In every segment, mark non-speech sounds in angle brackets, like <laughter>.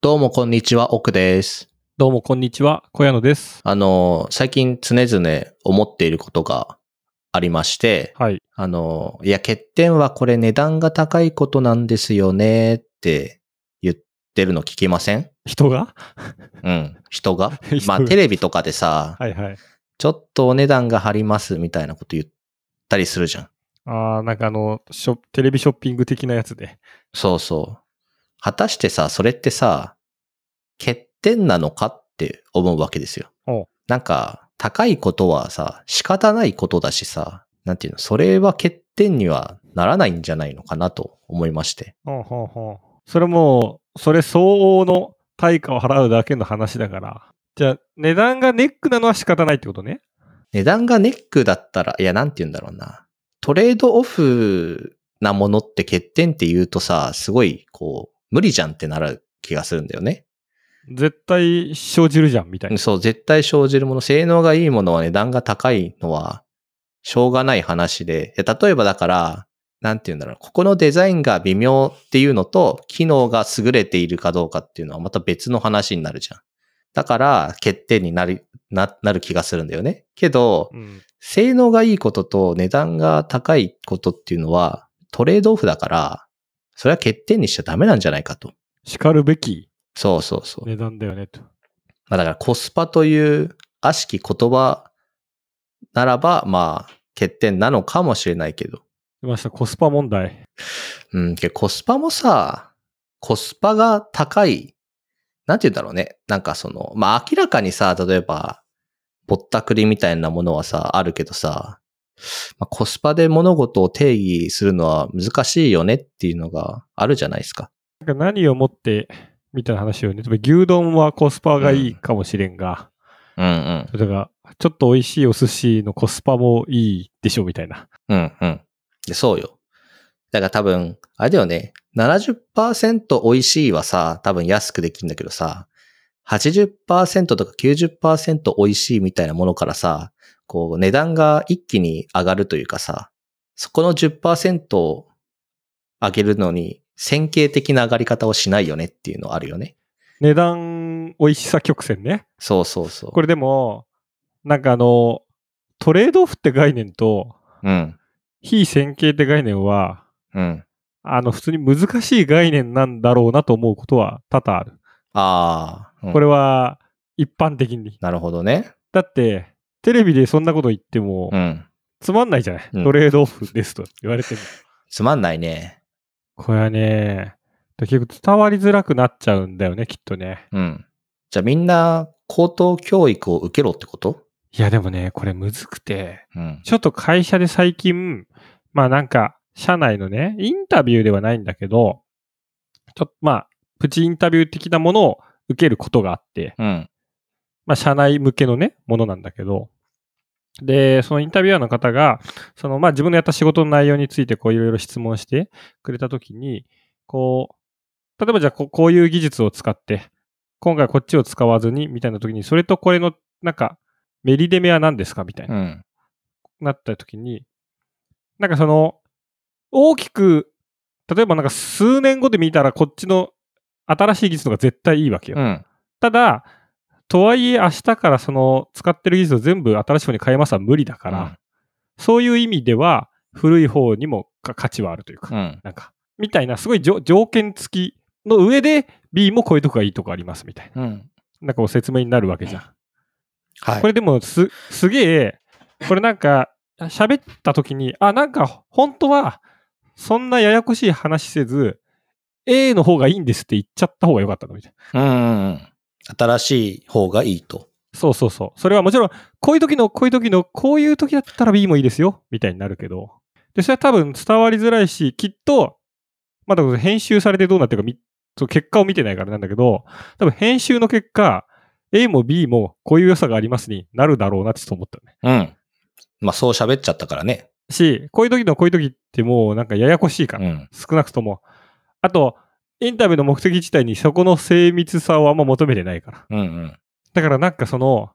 どうもこんにちは、奥です。どうも、こんにちは。小屋野です。あの、最近常々思っていることがありまして、はい。あの、いや、欠点はこれ値段が高いことなんですよねって言ってるの聞きません人がうん。人が <laughs> 人がまあ、テレビとかでさ、はいはい。ちょっとお値段が張りますみたいなこと言ったりするじゃん。ああ、なんかあの、ショテレビショッピング的なやつで。そうそう。果たしてさ、それってさ、欠点なのかって思うわけですよおう。なんか、高いことはさ、仕方ないことだしさ、なんていうの、それは欠点にはならないんじゃないのかなと思いまして。ほうほうほう。それもう、それ相応の対価を払うだけの話だから。じゃあ、値段がネックなのは仕方ないってことね。値段がネックだったら、いや、なんて言うんだろうな。トレードオフなものって欠点って言うとさ、すごい、こう、無理じゃんってなる気がするんだよね。絶対生じるじゃん、みたいな。そう、絶対生じるもの、性能がいいものは値段が高いのは、しょうがない話で、いや例えばだから、なんて言うんだろう、ここのデザインが微妙っていうのと、機能が優れているかどうかっていうのはまた別の話になるじゃん。だから、欠点になり、な、なる気がするんだよね。けど、うん。性能がいいことと値段が高いことっていうのは、トレードオフだから、それは欠点にしちゃダメなんじゃないかと。叱るべきそうそうそう。値段だよね、と。まあだからコスパという悪しき言葉ならば、まあ欠点なのかもしれないけど。出ました、コスパ問題。うん、けどコスパもさ、コスパが高い。なんて言うんだろうね。なんかその、まあ明らかにさ、例えば、ぼったくりみたいなものはさ、あるけどさ、まあ、コスパで物事を定義するのは難しいよねっていうのがあるじゃないですか。なんか何をもって、みたいな話をね。例えば牛丼はコスパがいいかもしれんが。うんうん。それが、ちょっと美味しいお寿司のコスパもいいでしょ、みたいな。うんうん。でそうよ。だから多分、あれだよね。70%美味しいはさ、多分安くできるんだけどさ、80%とか90%美味しいみたいなものからさ、こう値段が一気に上がるというかさ、そこの10%を上げるのに先形的な上がり方をしないよねっていうのあるよね。値段、美味しさ曲線ね。そうそうそう。これでも、なんかあの、トレードオフって概念と、うん。非線形って概念は、うん。あの、普通に難しい概念なんだろうなと思うことは多々ある。ああ、うんこれは、一般的に。なるほどね。だって、テレビでそんなこと言ってもう、ん。つまんないじゃない、うんトレードオフですと言われても。つまんないね。これはね、結局伝わりづらくなっちゃうんだよね、きっとね。うん。じゃあみんな高等教育を受けろってこといや、でもね、これむずくて、うん。ちょっと会社で最近、まあなんか、社内のね、インタビューではないんだけど、ちょっとまあ、プチインタビュー的なものを受けることがあって、うん。まあ社内向けのね、ものなんだけど、で、そのインタビュアーの方が、そのまあ自分のやった仕事の内容についてこういろいろ質問してくれたときに、こう、例えばじゃあここういう技術を使って、今回こっちを使わずにみたいなときに、それとこれのなんか、メリデメは何ですかみたいなう。ん。なった時に、なんかその、大きく、例えばなんか数年後で見たらこっちの新しい技術の方が絶対いいわけよ。うん。ただ、とはいえ明日からその使ってる技術を全部新しい方に変えますは無理だから、うんそういう意味では古い方にもか価値はあるというか、うん。なんか、みたいなすごいじょ条件付きの上で B もこういうとこがいいとこありますみたいうん。な、なんかお説明になるわけじゃん。はい。これでもす、すげえ、これなんか、喋った時に、あ、なんか、本当は、そんなややこしい話せず、A の方がいいんですって言っちゃった方が良かったのみたいな。うんうんうん。新しい方がいいと。そうそうそう。それはもちろん、こういう時の、こういう時の、こういう時だったら B もいいですよ、みたいになるけど。で、それは多分伝わりづらいし、きっと、まだこれ編集されてどうなってるかみ、そう結果を見てないからなんだけど、多分編集の結果、A も B もこういう良さがありますになるだろうなってちょっと思ったね。うん。まあそう喋っちゃったからね。し、こういう時のこういう時ってもうなんかややこしいから、うん。少なくとも。あと、インタビューの目的自体にそこの精密さをあんま求めてないから。うんうん。だからなんかその、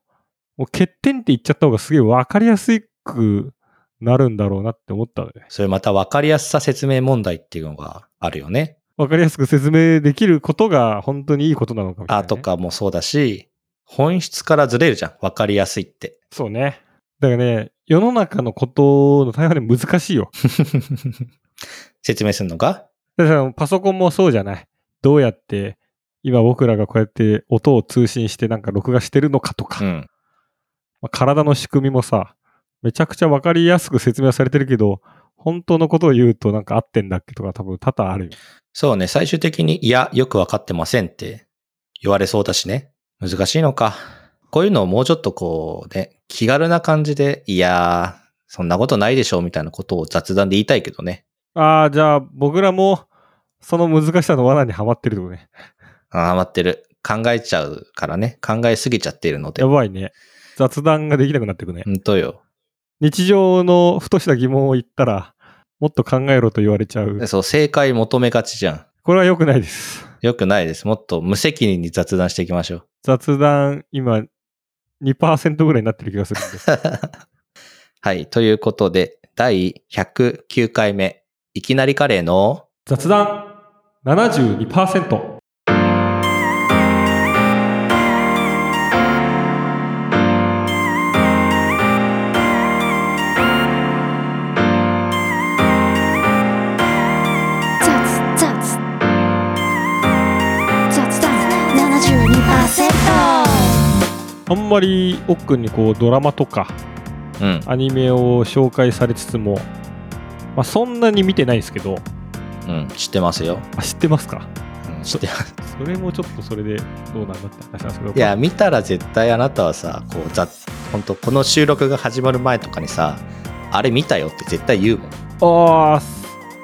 もう欠点って言っちゃった方がすげえ分かりやすくなるんだろうなって思ったのね。それまた分かりやすさ説明問題っていうのがあるよね。わかりやすく説明できることが本当にいいことなのかみたいな、あと。かもそうだし、本質からずれるじゃん。わかりやすい <laughs> って。そうね。だからね、世の中のことの対話で難しいよ。説明するのかだからパソコンもそうじゃない。どうやって、今僕らがこうやって音を通信してなんか録画してるのかとか、うん。まあ体の仕組みもさ、めちゃくちゃわかりやすく説明はされてるけど、本当のことを言うとなんか合ってんだっけとか多分多々あるよ。そうね。最終的に、いや、よくわかってませんって言われそうだしね。難しいのか。こういうのをもうちょっとこうね、気軽な感じで、いやー、そんなことないでしょうみたいなことを雑談で言いたいけどね。ああ、じゃあ僕らもその難しさの罠にはまってるってことね。あー待ってる。考えちゃうからね。考えすぎちゃっているので。やほばいね。雑談ができなくなってくね。んとよ。日常のふとした疑問を言ったら、もっと考えろと言われちゃう。そう、正解求めがちじゃん。これは良くないです。よくないです。もっと無責任に雑談していきましょう。雑談、今、2%ぐらいになってる気がするんで <laughs> す。はい。ということで、第109回目。いきなりカレーの雑談72%。雑雑雑談72%あんまり奥君にこうドラマとかうん。アニメを紹介されつつも、まあ、そんなに見てないですけど、うん。知ってますよ。あ知ってますかうん、知ってます。それもちょっとそれでどうなんだって話なんですけど。いや、見たら絶対あなたはさ、こう、雑、本当この収録が始まる前とかにさ、あれ見たよって絶対言うもん。ああ、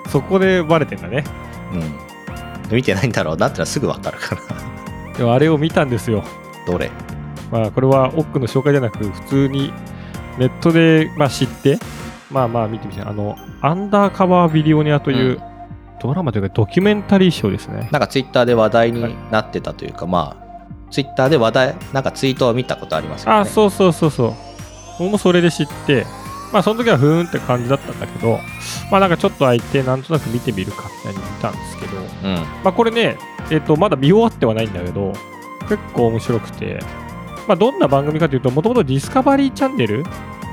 そこでバレてんだね。うん。見てないんだろうな <laughs> ってのはすぐわかるから。でもあれを見たんですよ。どれまあ、これは奥の紹介じゃなく、普通にネットで、まあ、知って、まあまあ見てみて、あの、アンダーカバービデオニアという、うんドラマというかドキュメンタリーショーですね。なんかツイッターで話題になってたというか、まあ、ツイッターで話題、なんかツイートを見たことありますよね。あそうそうそうそう僕もそれで知ってまあその時はふーんって感じだったんだけどまあなんかちょっと空いてなんとなく見てみるかみたいに見たんですけどう。うん。まあこれねえっ、とまだ見終わってはないんだけど結構面白くてまあどんな番組かというともともとディスカバリーチャンネル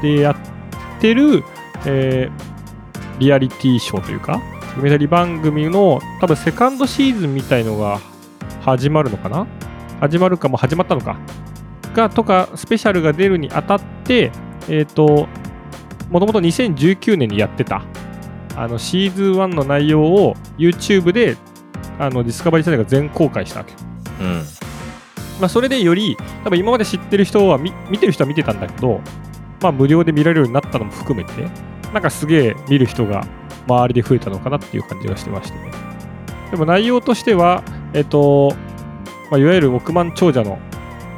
でやってる、えーリアリティショーというかドキュメンタリー番組の多分セカンドシーズンみたいのが始まるのかな始まるかもう始まったのかがとかスペシャルが出るにあたってえっ、ともともと2019年にやってたあのシーズン1の内容を YouTube であのディスカバリーチャンネルが全公開したわけ、うん。まあ、それでより多分今まで知ってる人は見見てる人は見てたんだけど、まあ、無料で見られるようになったのも含めてなんかすげえ見る人が周りで増えたのかなっていう感じがしてましてねでも内容としてはえっ、と、まあ、いわゆる億万長者の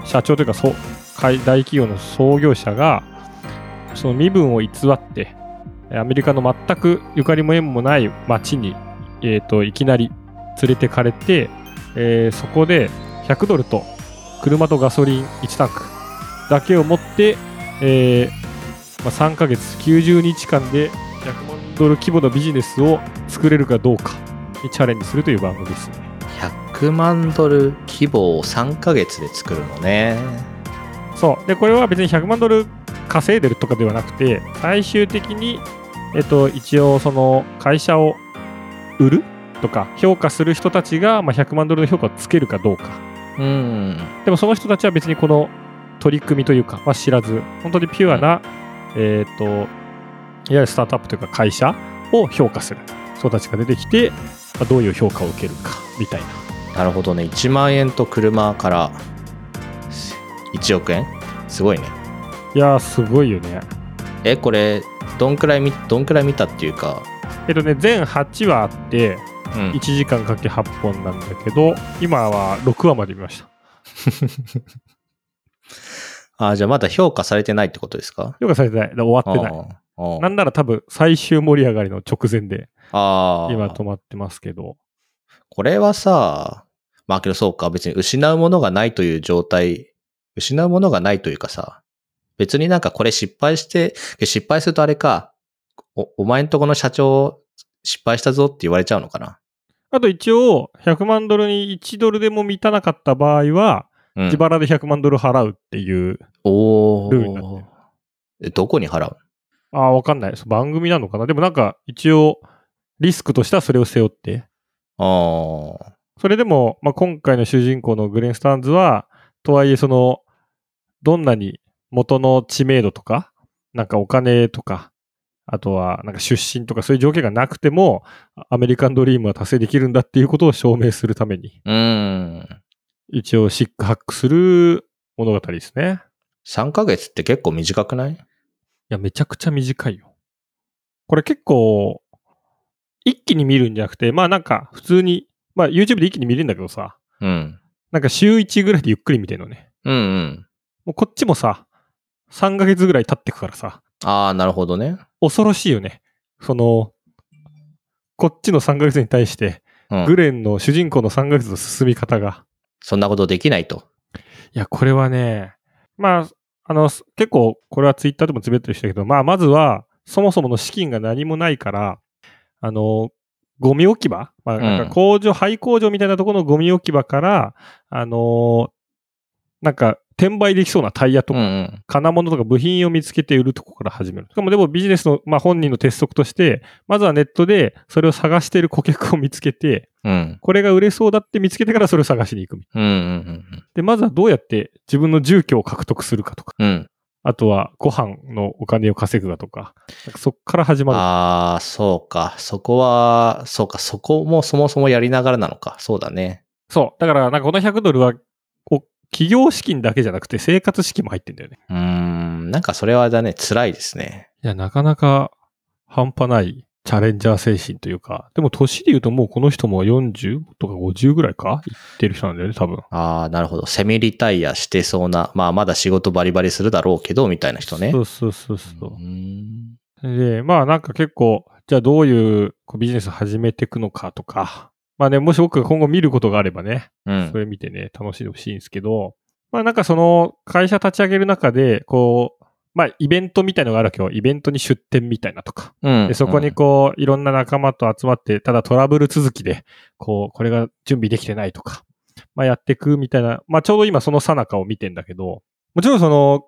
社長というかそう会大企業の創業者がその身分を偽ってアメリカの全くゆかりも縁もない町に、えー、といきなり連れてかれて、えーそこで100ドルと車とガソリン1タンクだけを持って、えーまあ、3ヶ月90日間で100万ドル規模のビジネスを作れるかどうかにチャレンジするという番組ですね。 100万ドル規模を3ヶ月で作るのね。そうでこれは別に100万ドル稼いでるとかではなくて最終的に、えっと、一応その会社を売るとか評価する人たちが、まあ、100万ドルの評価をつけるかどうかうん。でもその人たちは別にこの取り組みというかは知らず本当にピュアな、えっといわゆるスタートアップというか会社を評価する人たちが出てきて、まあ、どういう評価を受けるかみたいななるほどね。1万円と車から1億円すごいね。いやーすごいよねえ、これ、どんくらい見、どんくらい見たっていうか、えっとね全8話あってうん1。時間かけ8本なんだけど今は6話まで見ましたあ、じゃあまだ評価されてないってことですか評価されてないだから終わってないあーなんなら多分最終盛り上がりの直前であー。今止まってますけどこれはさ、まあけどそうか、別に失うものがないという状態、失うものがないというかさ、別になんかこれ失敗して、失敗するとあれか、おお前んとこの社長失敗したぞって言われちゃうのかな。あと一応、100万ドルに1ドルでも満たなかった場合は、うん自腹で100万ドル払うっていう、おルールになってー。えどこに払うああ、わかんないです。番組なのかなでもなんか、一応、リスクとしてはそれを背負って。ああ。それでも、まあ、今回の主人公のグレン・スターンズは、とはいえ、その、どんなに元の知名度とか、なんかお金とか、あとは、なんか出身とかそういう条件がなくても、アメリカンドリームは達成できるんだっていうことを証明するために、うーん。一応シックハックする物語ですね。 3ヶ月って結構短くないいや、めちゃくちゃ短いよ。これ結構、一気に見るんじゃなくて、まあなんか普通に、まあ YouTube で一気に見れるんだけどさ、うん。なんか週1ぐらいでゆっくり見てるのね。うんうん。もうこっちもさ、3ヶ月ぐらい経ってくからさ、ああ、なるほどね。恐ろしいよね。その、こっちの3ヶ月に対して、うグん。レンの主人公の3ヶ月の進み方が。そんなことできないと。いや、これはね、まあ、あの、す結構、これはツイッターでもつぶやいてる人だけど、まあ、まずは、そもそもの資金が何もないから、あの、ゴミ置き場、まあ、なんうんか工場、廃工場みたいなところのゴミ置き場から、あの、なんか、転売できそうなタイヤとうんかう、ん。金物とか部品を見つけて売るとこから始める。しかもでもビジネスの、まあ、本人の鉄則として、まずはネットでそれを探している顧客を見つけて、うん。これが売れそうだって見つけてからそれを探しに行く。うんうんで、まずはどうやって自分の住居を獲得するかとか、うん。うん。あとはご飯のお金を稼ぐだとか、なんかそっから始まる。ああ、そうか。そこは、そうか。そこもそもそもやりながらなのか。そうだね。そう。だから、なんかこの100ドルは、お企業資金だけじゃなくて生活資金も入ってんだよね。うーん。なんかそれはだね、辛いですね。いや、なかなか半端ないチャレンジャー精神というか、でも年で言うともうこの人も40とか50ぐらいか行ってる人なんだよね、多分。ああ、なるほど。セミリタイヤしてそうな、まあまだ仕事バリバリするだろうけど、みたいな人ね。そううそうそうそんう。で、まあなんか結構、じゃあどういうこうビジネスを始めていくのかとか、まあね、もし僕が今後見ることがあればね、うんそ。れ見てね、楽しんでほしいんですけど、まあなんかその会社立ち上げる中で、こう、まあイベントみたいのがあるわけど、イベントに出店みたいなとか、うんでそこにこう、いろんな仲間と集まって、ただトラブル続きで、こう、これが準備できてないとか、まあやっていくみたいな、まあちょうど今その最中を見てんだけど、もちろんその、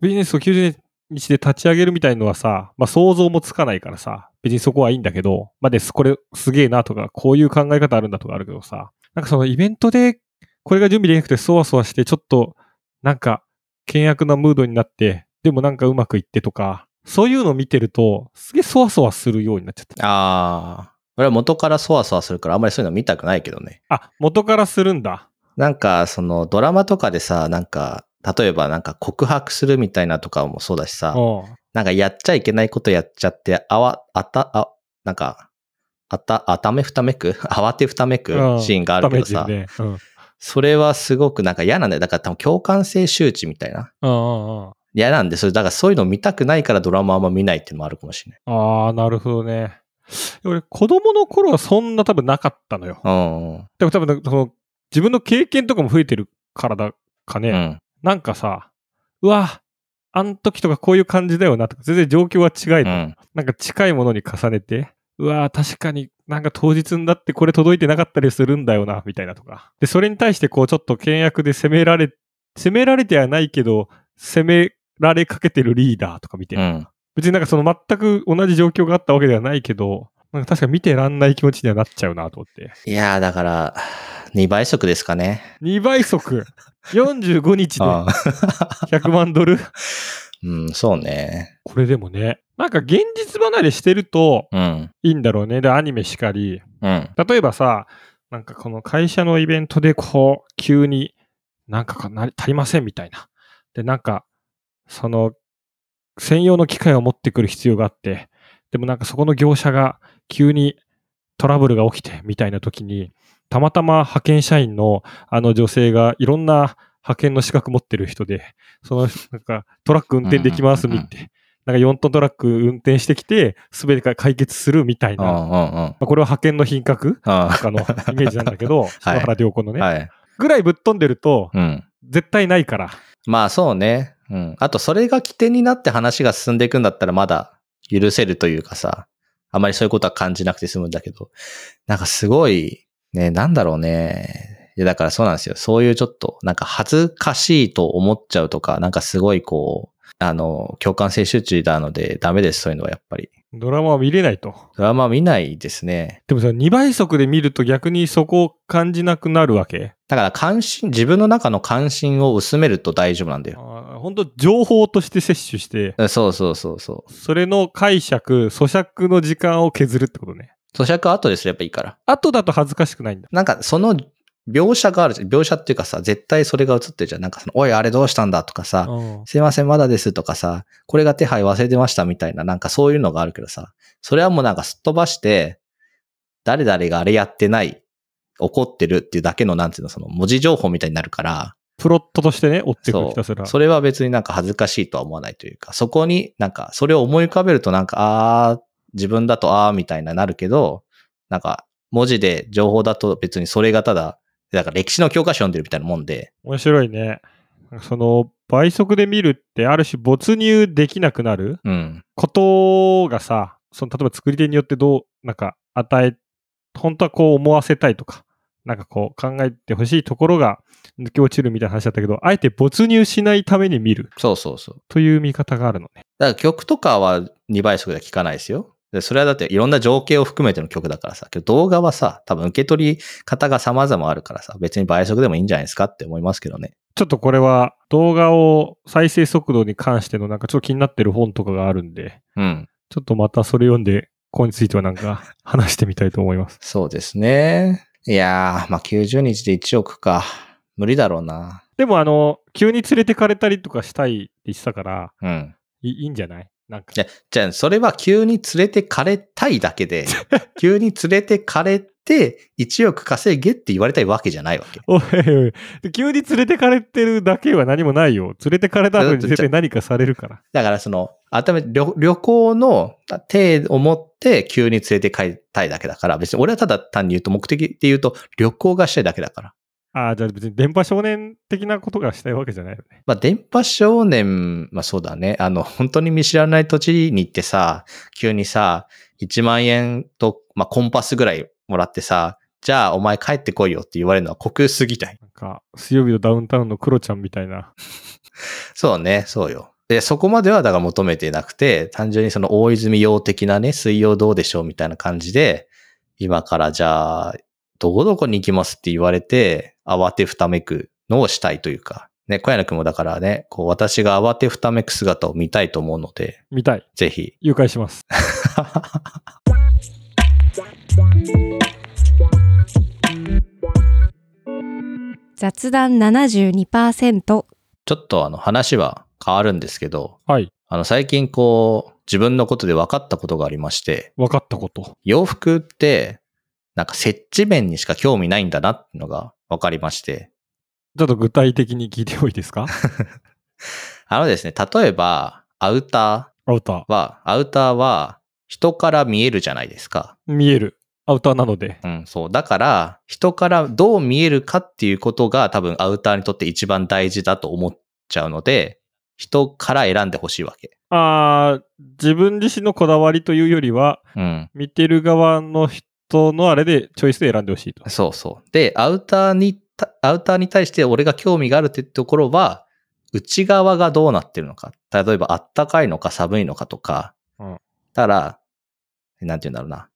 ビジネスを90日で立ち上げるみたいのはさ、まあ想像もつかないからさ、別にそこはいいんだけど、まあです、これすげえなとか、こういう考え方あるんだとかあるけどさ、なんかそのイベントで、これが準備できなくて、そわそわして、ちょっと、なんか、険悪なムードになって、でもなんかうまくいってとか、そういうのを見てると、すげえそわそわするようになっちゃった。ああ。俺は元からそわそわするからあんまりそういうの見たくないけどね。あ、元からするんだ。なんか、そのドラマとかでさ、なんか、例えばなんか告白するみたいなとかもそうだしさ、うん。なんかやっちゃいけないことやっちゃって、あわ、あた、あ、なんか、あた、あためふためく <laughs> 慌てふためくうんシーンがあるけどさ、ダメージね。それはすごくなんか嫌なんだよ。だから多分共感性周知みたいな。うん。うんうんうん。嫌なんで、それ、だからそういうの見たくないからドラマあんま見ないっていうのもあるかもしれない。あー、なるほどね。俺、子供の頃はそんな多分なかったのよ。うん。でも多分、その、自分の経験とかも増えてるからだかね。うん。なんかさ、うわ、あん時とかこういう感じだよなとか、全然状況は違いの。うん。なんか近いものに重ねて、うわー確かになんか当日になってこれ届いてなかったりするんだよな、みたいなとか。で、それに対してこうちょっと倹約で責められ、責められてはないけど、責められかけてるリーダーとか見て、うん。別になんかその全く同じ状況があったわけではないけど、なんか確か見てらんない気持ちにはなっちゃうなと思って。いやー、だから、2倍速ですかね。 2倍 <laughs> 速 !45 日でああ。 100万ドルうん、そうね。これでもね、なんか現実離れしてるとうん。いいんだろうね。で、アニメしかり、うん。例えばさ、なんかこの会社のイベントでこう、急になんかかなり足りませんみたいな。で、なんか、その、専用の機械を持ってくる必要があって、でもなんかそこの業者が急にトラブルが起きてみたいな時に、たまたま派遣社員のあの女性がいろんな派遣の資格持ってる人で、そのなんかトラック運転できますみって、なんか4トントラック運転してきて、すべてが解決するみたいうんうな、んうまん。あこれは派遣の品格ああの、イメージなんだけど、篠原涼子のあ。ね、はい。ぐらいぶっ飛んでると、うん。絶対ないから。まあそうね。うん。あと、それが起点になって話が進んでいくんだったらまだ許せるというかさ、あまりそういうことは感じなくて済むんだけど、なんかすごい、ね、なんだろうね。いや、だからそうなんですよ。そういうちょっと、なんか恥ずかしいと思っちゃうとか、なんかすごいこう、あの、共感性周知なのでダメです、そういうのはやっぱり。ドラマは見れないと。ドラマ見ないですね。でもさ、2倍速で見ると逆にそこを感じなくなるわけ。だから関心、自分の中の関心を薄めると大丈夫なんだよ。本当情報として摂取して、そうそうそうそそれの解釈、咀嚼の時間を削るってことね。う。咀嚼は後ですればいいから。後だと恥ずかしくないんだ。なんかその描写があるじゃん。描写っていうかさ、絶対それが映ってるじゃん。なんかその、おい、あれどうしたんだとかさ、うんすいません、まだですとかさ、これが手配忘れてましたみたいな、なんかそういうのがあるけどさ、それはもうなんかすっ飛ばして、誰々があれやってない、怒ってるっていうだけの、なんていうの、その文字情報みたいになるから、プロットとしてね、追っていくそひたすら。う。それは別になんか恥ずかしいとは思わないというか、そこになんか、それを思い浮かべるとなんか、あー、自分だとあーみたいななるけど、なんか、文字で情報だと別にそれがただ、だから歴史の教科書読んでるみたいなもんで、面白いね。なんかその、倍速で見るって、ある種没入できなくなるうん。ことがさ、その、例えば作り手によってどう、なんか、与え、本当はこう思わせたいとか、なんかこう考えてほしいところが抜け落ちるみたいな話だったけど、あえて没入しないために見るそうそうそう。という見方があるのね。だから曲とかは2倍速では聴かないですよ。でそれはだっていろんな情景を含めての曲だからさ。けど動画はさ、多分受け取り方が様々あるからさ、別に倍速でもいいんじゃないですかって思いますけどね。ちょっとこれは動画を再生速度に関してのなんかちょっと気になってる本とかがあるんで、うん。ちょっとまたそれ読んで、ここについてはなんか <laughs> 話してみたいと思います。そうですね。いやー、まあ、90日で1億か。無理だろうな。でもあの、急に連れてかれたりとかしたいって言ってたから、うん。いいいんじゃないなんかじ。ゃ、じゃあ、それは急に連れてかれたいだけで、急に連れてかれて1億稼げって言われたいわけじゃないわけ。おいおいで急に連れてかれてるだけは何もないよ。連れてかれた後に絶対何かされるから。だからその、改めて旅旅行の手を持って急に連れて帰りたいだけだから、別に俺はただ単に言うと目的で言うと旅行がしたいだけだから。ああ、じゃあ別に電波少年的なことがしたいわけじゃないよね。まあ、電波少年、まあそうだね。あの、 <laughs> 本当に見知らない土地に行ってさ、急にさ、1万円と、まあコンパスぐらいもらってさ、じゃあお前帰ってこいよって言われるのは酷すぎない。なんか、水曜日のダウンタウンのクロちゃんみたいな。そうね、そうよ。で、そこまではだから求めてなくて、単純にその大泉洋的なね、水曜どうでしょうみたいな感じで、今からじゃあ、どこどこに行きますって言われて、慌てふためくのをしたいというか、ね、小柳君もだからね、こう私が慌てふためく姿を見たいと思うので、見たい。ぜひ。 <laughs> 誘拐します。雑談72%ちょっとあの話は変わるんですけど、はい。あの最近こう、自分のことで分かったことがありまして、分かったこと。洋服って、なんか接地面にしか興味ないんだなってのが分かりまして。ちょっと具体的に聞いてもいいですか <laughs> あのですね、例えば、アウタアウターは、アウターは人から見えるじゃないですか。ー。見える。アウターなので。うん、そう。だから、人からどう見えるかっていうことが多分アウターにとって一番大事だと思っちゃうので、人から選んでほしいわけ。あー、自分自身のこだわりというよりは、うん。見てる側の人のあれでチョイスで選んでほしいと。そうそう。で、アウターに、たアウターに対して俺が興味があるってところは、内側がどうなってるのか。例えば、あったかいのか寒いのかとか。うんだから、なんて言うんだろうな。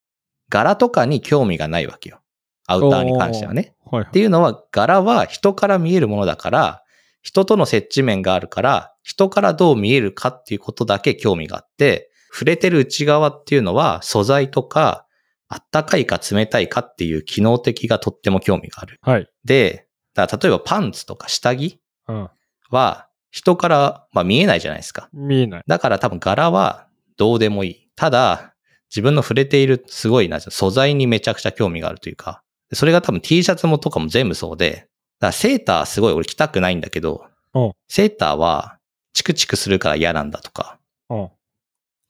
柄とかに興味がないわけよ。アウターに関してはね。はいっ。ていうのは、柄は人から見えるものだから、人との接地面があるから、人からどう見えるかっていうことだけ興味があって、触れてる内側っていうのは素材とか、あったかいか冷たいかっていう機能的がとっても興味がある。はい。で、だから例えばパンツとか下着うん。は人から、まあ、見えないじゃないですか。見えない。だから多分柄はどうでもいい。ただ、自分の触れているすごいな、素材にめちゃくちゃ興味があるというか、それが多分 T シャツもとかも全部そうで、だからセーターすごい俺着たくないんだけどうん、セーターはチクチクするから嫌なんだとか、うん。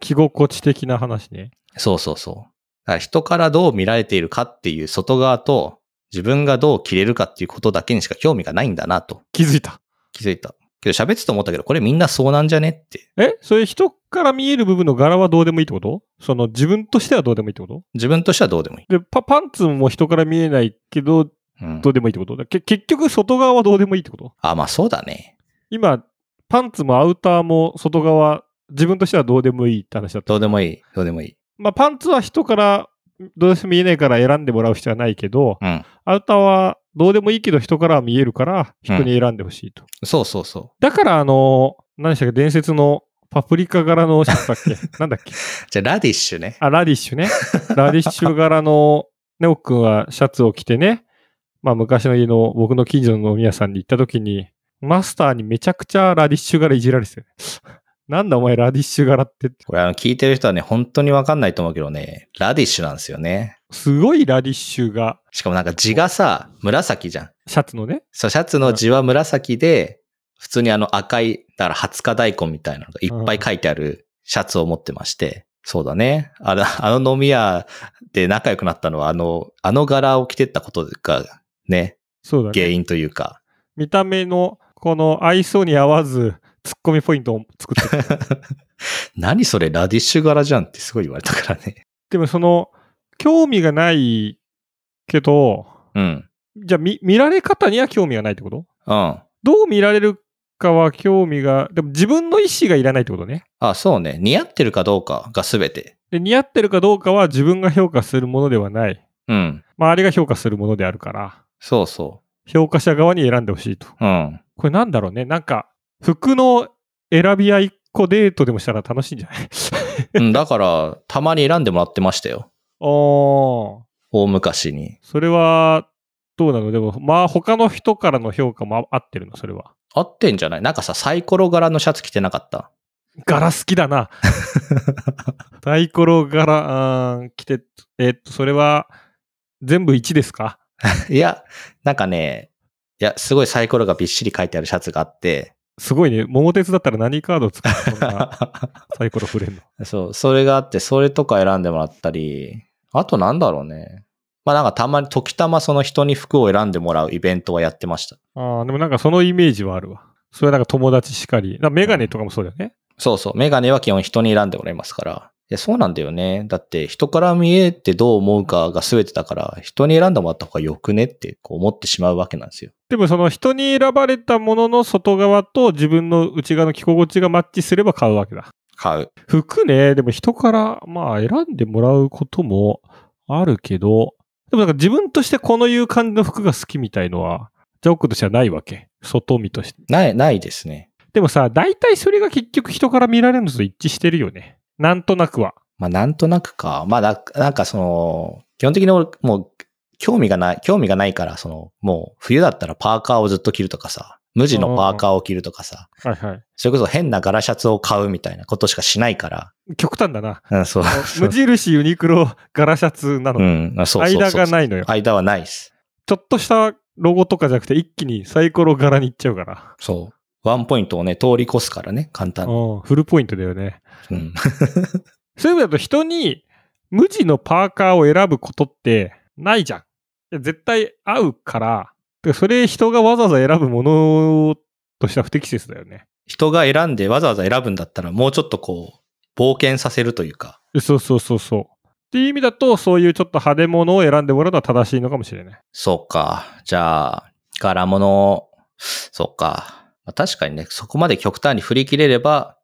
着心地的な話ね。そうそうそう。だから人からどう見られているかっていう外側と、自分がどう着れるかっていうことだけにしか興味がないんだなと気づいた。気づいた。けど喋ってて思ったけど、これみんなそうなんじゃねって。えそういう人から見える部分の柄はどうでもいいってことその自分としてはどうでもいいってこと自分としてはどうでもいい。でパ、パンツも人から見えないけど、うんど、うでもいいってことだけ結局、外側はどうでもいいってことあ、まあそうだね。今、パンツもアウターも外側、自分としてはどうでもいいって話だった。どうでもいい。どうでもいい。まあ、パンツは人からどうしても見えないから選んでもらう必要はないけど、うん。アウターはどうでもいいけど人からは見えるから、人に選んでほしいと。そうそうそだから、あの、何でしたっけ、伝説のパプリカ柄のシャツだっ <laughs> けなんだっけう。じゃあ、ラディッシュね。あ、ラディッシュね。ラディッシュ柄の、ネオ君はシャツを着てね、まあ昔の家の僕の近所の飲み屋さんに行った時に、マスターにめちゃくちゃラディッシュ柄いじられてたよねなんだお前ラディッシュ柄って。これあの、聞いてる人はね、本当にわかんないと思うけどね、ラディッシュなんですよね。すごいラディッシュが、しかもなんか字がさ、紫じゃん。シャツのね、そう、シャツの字は紫で、普通にあの赤い、だから20日大根みたいなのがいっぱい書いてあるシャツを持ってまして、そうだね。あの、 <laughs> あの飲み屋で仲良くなったのは、あの、あの柄を着てったことがね、そうだね。原因というか。見た目のこの愛想に合わず、ツッコミポイントを作ってた。何それラディッシュ柄じゃんってすごい言われたからね。でもその、興味がないけど、うん。じゃあ見見られ方には興味がないってことうん。あどう見られるかは興味が、でも自分の意思がいらないってことね。そうね。似合ってるかどうかが全て。で、似合ってるかどうかは自分が評価するものではない。うん。周りが評価するものであるから、そうそ評価者側に選んでほしいと。う。うん。これなんだろうね。なんか、服の選び合いっ個デートでもしたら楽しいんじゃ <laughs> ないうん、だから、 <laughs> たまに選んでもらってましたよ。おー、大昔に。それは、どうなのでも、まあ、他の人からの評価も合ってるの、それは。合ってんじゃないなんかさ、サイコロ柄のシャツ着てなかった。 <laughs> 柄好きだな。サイコロ柄、うーん、来て、えっと、それは、全部1ですかいや、なんかね、いや、すごいサイコロがびっしり書いてあるシャツがあって、すごいね。桃鉄だったら何カード使うそ <laughs> んなサイコロ振れんの。そう、それがあって、それとか選んでもらったり、あとなんだろうね。まあなんかたまに、時たまその人に服を選んでもらうイベントはやってました。ああ、でもなんかそのイメージはあるわ。それはなんか友達しかり。なんかメガネとかもそうだよね。そうそう、メガネは基本人に選んでもらいますから。いや、そうなんだよね。だって、人から見えてどう思うかが全てだから、人に選んでもらった方がよくねってこう思ってしまうわけなんですよ。でもその人に選ばれたものの外側と自分の内側の着心地がマッチすれば買うわけだ。買う。服ね、でも人からまあ選んでもらうこともあるけど、でもなんか自分としてこのいう感じの服が好きみたいのは、ジャオックとしてはないわけ。外見として。ない、ないですね。でもさ、大体それが結局人から見られるのと一致してるよね。なんとなくは。まあ、なんとなくか。まあ、ななんかその、基本的に俺、もう、興味がない、興味がないから、その、もう、冬だったらパーカーをずっと着るとかさ、無地のパーカーを着るとかさ、はいはい。それこそ変な柄シャツを買うみたいなことしかしないから、極端だな。うん、そう。無印ユニクロ柄シャツなの。うん、あそうそうそう間がい。ないのよ。間はないです。ちょっとしたロゴとかじゃなくて一気にサイコロ柄にいっちゃうから。そう。ワンポイントをね、通り越すからね、簡単に。うん、フルポイントだよね。うん。 <laughs> そういう意味だと人に無地のパーカーを選ぶことってないじゃん。いや絶対合うから、てかそれ人がわざわざ選ぶものとしては不適切だよね。人が選んでわざわざ選ぶんだったら、もうちょっとこう、冒険させるというか、そうそうそうそう。っていう意味だと、そういうちょっと派手物を選んでもらうのは正しいのかもしれない。そうか。じゃあ、柄物、そうか。まあ確かにね、そこまで極端に振り切れれば、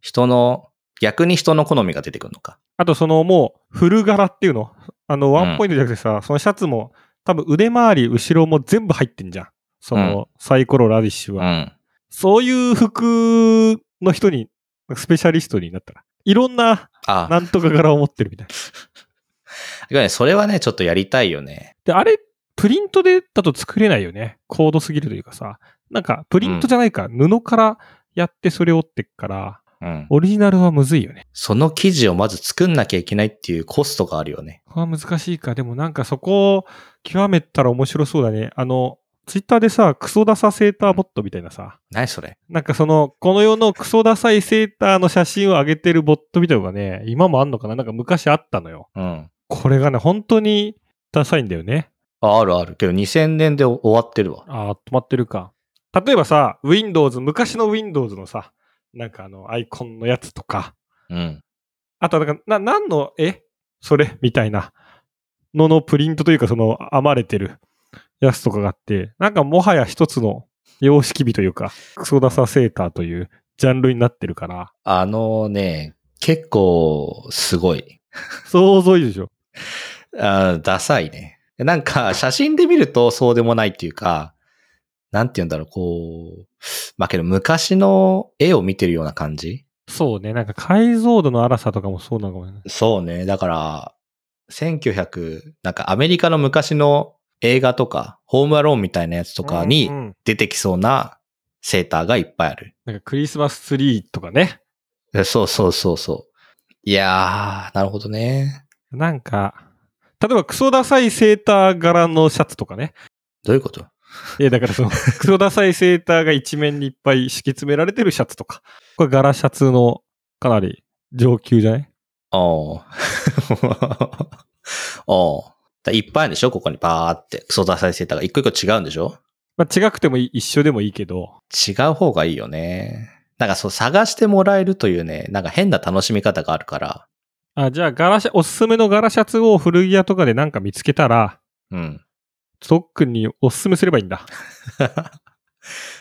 人の、逆に人の好みが出てくるのか。あと、そのもう、フル柄っていうの。あの、ワンポイントじゃなくてさ、そのシャツも、多分腕回り、後ろも全部入ってんじゃん。その、サイコロ、ラディッシュうは。ん。そういう服の人に、スペシャリストになったら。いろんな、あ、なんとか柄を持ってるみたいな。いやねそれはね、ちょっとやりたいよね。で、あれ、プリントでだと作れないよね。高度すぎるというかさ。なんか、プリントじゃないか、布からやってそれを折ってっから、うん。オリジナルはむずいよね。その生地をまず作んなきゃいけないっていうコストがあるよね。これは難しいか。でもなんかそこを極めたら面白そうだね。あの、ツイッターでさ、クソダサセーターボットみたいなさ、何それなんかその、この世のクソダサいセーターの写真を上げてるボットみたいなのがね、今もあんのかななんか昔あったのよ。うん。これがね、本当にダサいんだよね。あ、あるある。けど2000年で終わってるわ。ああ、止まってるか。例えばさ、Windows、昔の Windows のさ、なんかあの、アイコンのやつとか、うん。あとはなんか、な、何の、えそれみたいなののプリントというか、その、編まれてるやつとかがあって、なんかもはや一つの様式美というか、クソダサセーターというジャンルになってるから、あのね、結構すごい。想像いいでしょ。あーダサいね。なんか、写真で見るとそうでもないっていうか、なんて言うんだろう、こう、まあけど昔の絵を見てるような感じそうね、なんか解像度の荒さとかもそうなのかもね。そうね。だから、1900、なんかアメリカの昔の映画とか、ホームアローンみたいなやつとかにうんうん出てきそうなセーターがいっぱいある。なんかクリスマスツリーとかね。えそうそうそうそう。いやー、なるほどね。なんか、例えばクソダサいセーター柄のシャツとかね。どういうことえ、だからその、クソダサいセーターが一面にいっぱい敷き詰められてるシャツとか。これ柄シャツのかなり上級じゃないおう <laughs> おうだいっぱいあるんでしょここにバーって。クソダサいセーターが一個一個違うんでしょまあ違くてもいい一緒でもいいけど、違う方がいいよね。なんかそう探してもらえるというね、なんか変な楽しみ方があるから。あじゃあ柄シャ、おすすめの柄シャツを古着屋とかでなんか見つけたら、うん。 <laughs> トックンにおすすめすればいいんだ。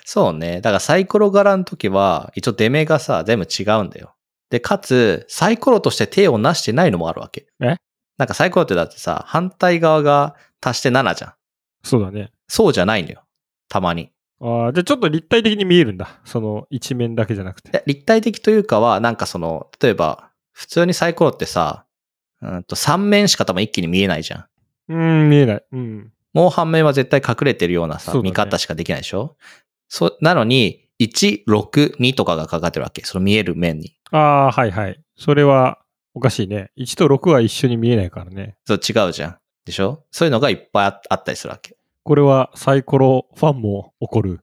そうね。だからサイコロ柄の時は、一応出目がさ、全部違うんだよ。で、かつ、サイコロとして手をなしてないのもあるわけ。えなんかサイコロってだってさ、反対側が足して7じゃん。そうだね。そうじゃないのよ。たまに。あーじゃあちょっと立体的に見えるんだ。その一面だけじゃなくて。で立体的というかは、なんかその、例えば、普通にサイコロってさ、うんと3面しか多分一気に見えないじゃん。うーん、見えない。うん。もう半面は絶対隠れてるようなさ、そうだね見方しかできないでしょそう、なのに、1、6、2とかがかかってるわけ。その見える面に。ああー、はいはい。それはおかしいね。1と6は一緒に見えないからね。そう、違うじゃん。でしょそういうのがいっぱいああったりするわけ。 <laughs> これはサイコロファンも怒る。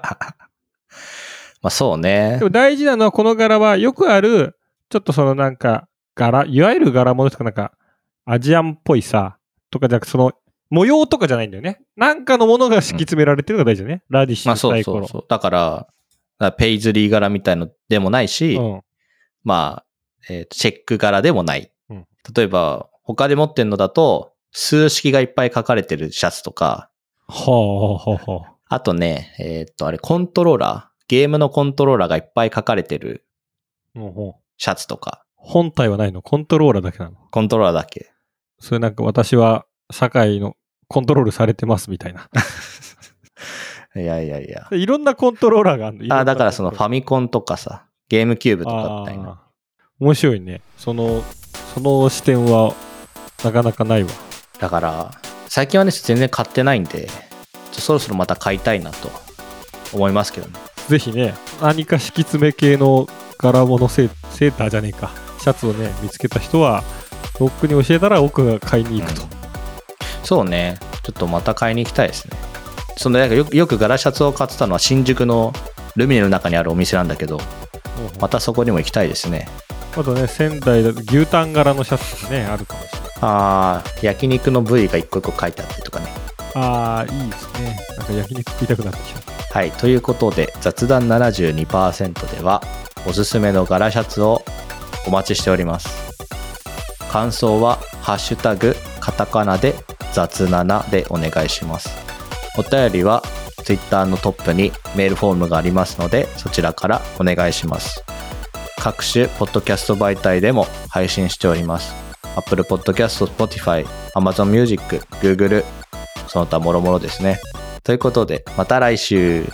まあそうねで。も大事なのはこの柄はよくある、ちょっとそのなんか柄、いわゆる柄物とかなんかアジアンっぽいさ、とかじゃなくてその模様とかじゃないんだよね。なんかのものが敷き詰められてるのが大事だね。ラディッシまュあそサうイコそロ。うそう。だから、だからペイズリー柄みたいのでもないし、うん。まあ、えーとチェック柄でもない。うん例えば、他で持ってるのだと、数式がいっぱい書かれてるシャツとか、ほうほうほうほう。あとね、えっ、と、あれ、コントローラー、ゲームのコントローラーがいっぱい書かれてるほうほうシャツとか、本体はないのコントローラーだけなのコントローラーだけ。それなんか私は社会のコントロールされてますみたいな。いやいやいや。 <laughs> いろんなコントローラーがあるのあ、だからそのファミミコンとかさ、ゲームキューブとかみたいな。面白いね。その、その視点はなかなかないわ。だから、最近はね、全然買ってないんで、ちょっとそろそろまた買いたいなと思いますけどね。ぜひね、何か敷き詰め系の柄物セーセーターじゃねえか、シャツをね、見つけた人は、ロックに教えたら奥が買いに行くと。そうね、ちょっとまた買いに行きたいですね。そのなんかよくよく柄シャツを買ってたのは新宿のルミネの中にあるお店なんだけど、ままたそこにも行きたいですね。あとね、仙台だと牛タン柄のシャツとかね、あるかもしれない。ああ、焼肉の部位が一個一個書いてあったりとかね。あー、いいですね。なんか焼肉食いたくなってきた。はい、ということで雑談72%ではおすすめの柄シャツをお待ちしております感想は「ハッシュタグカタカナ」で「雑7」でお願いしますお便りは Twitter のトップにメールフォームがありますのでそちらからお願いします各種ポッドキャスト媒体でも配信しております Apple Podcast、Spotify、Amazon Music、Google その他もろもろですねということでまた来週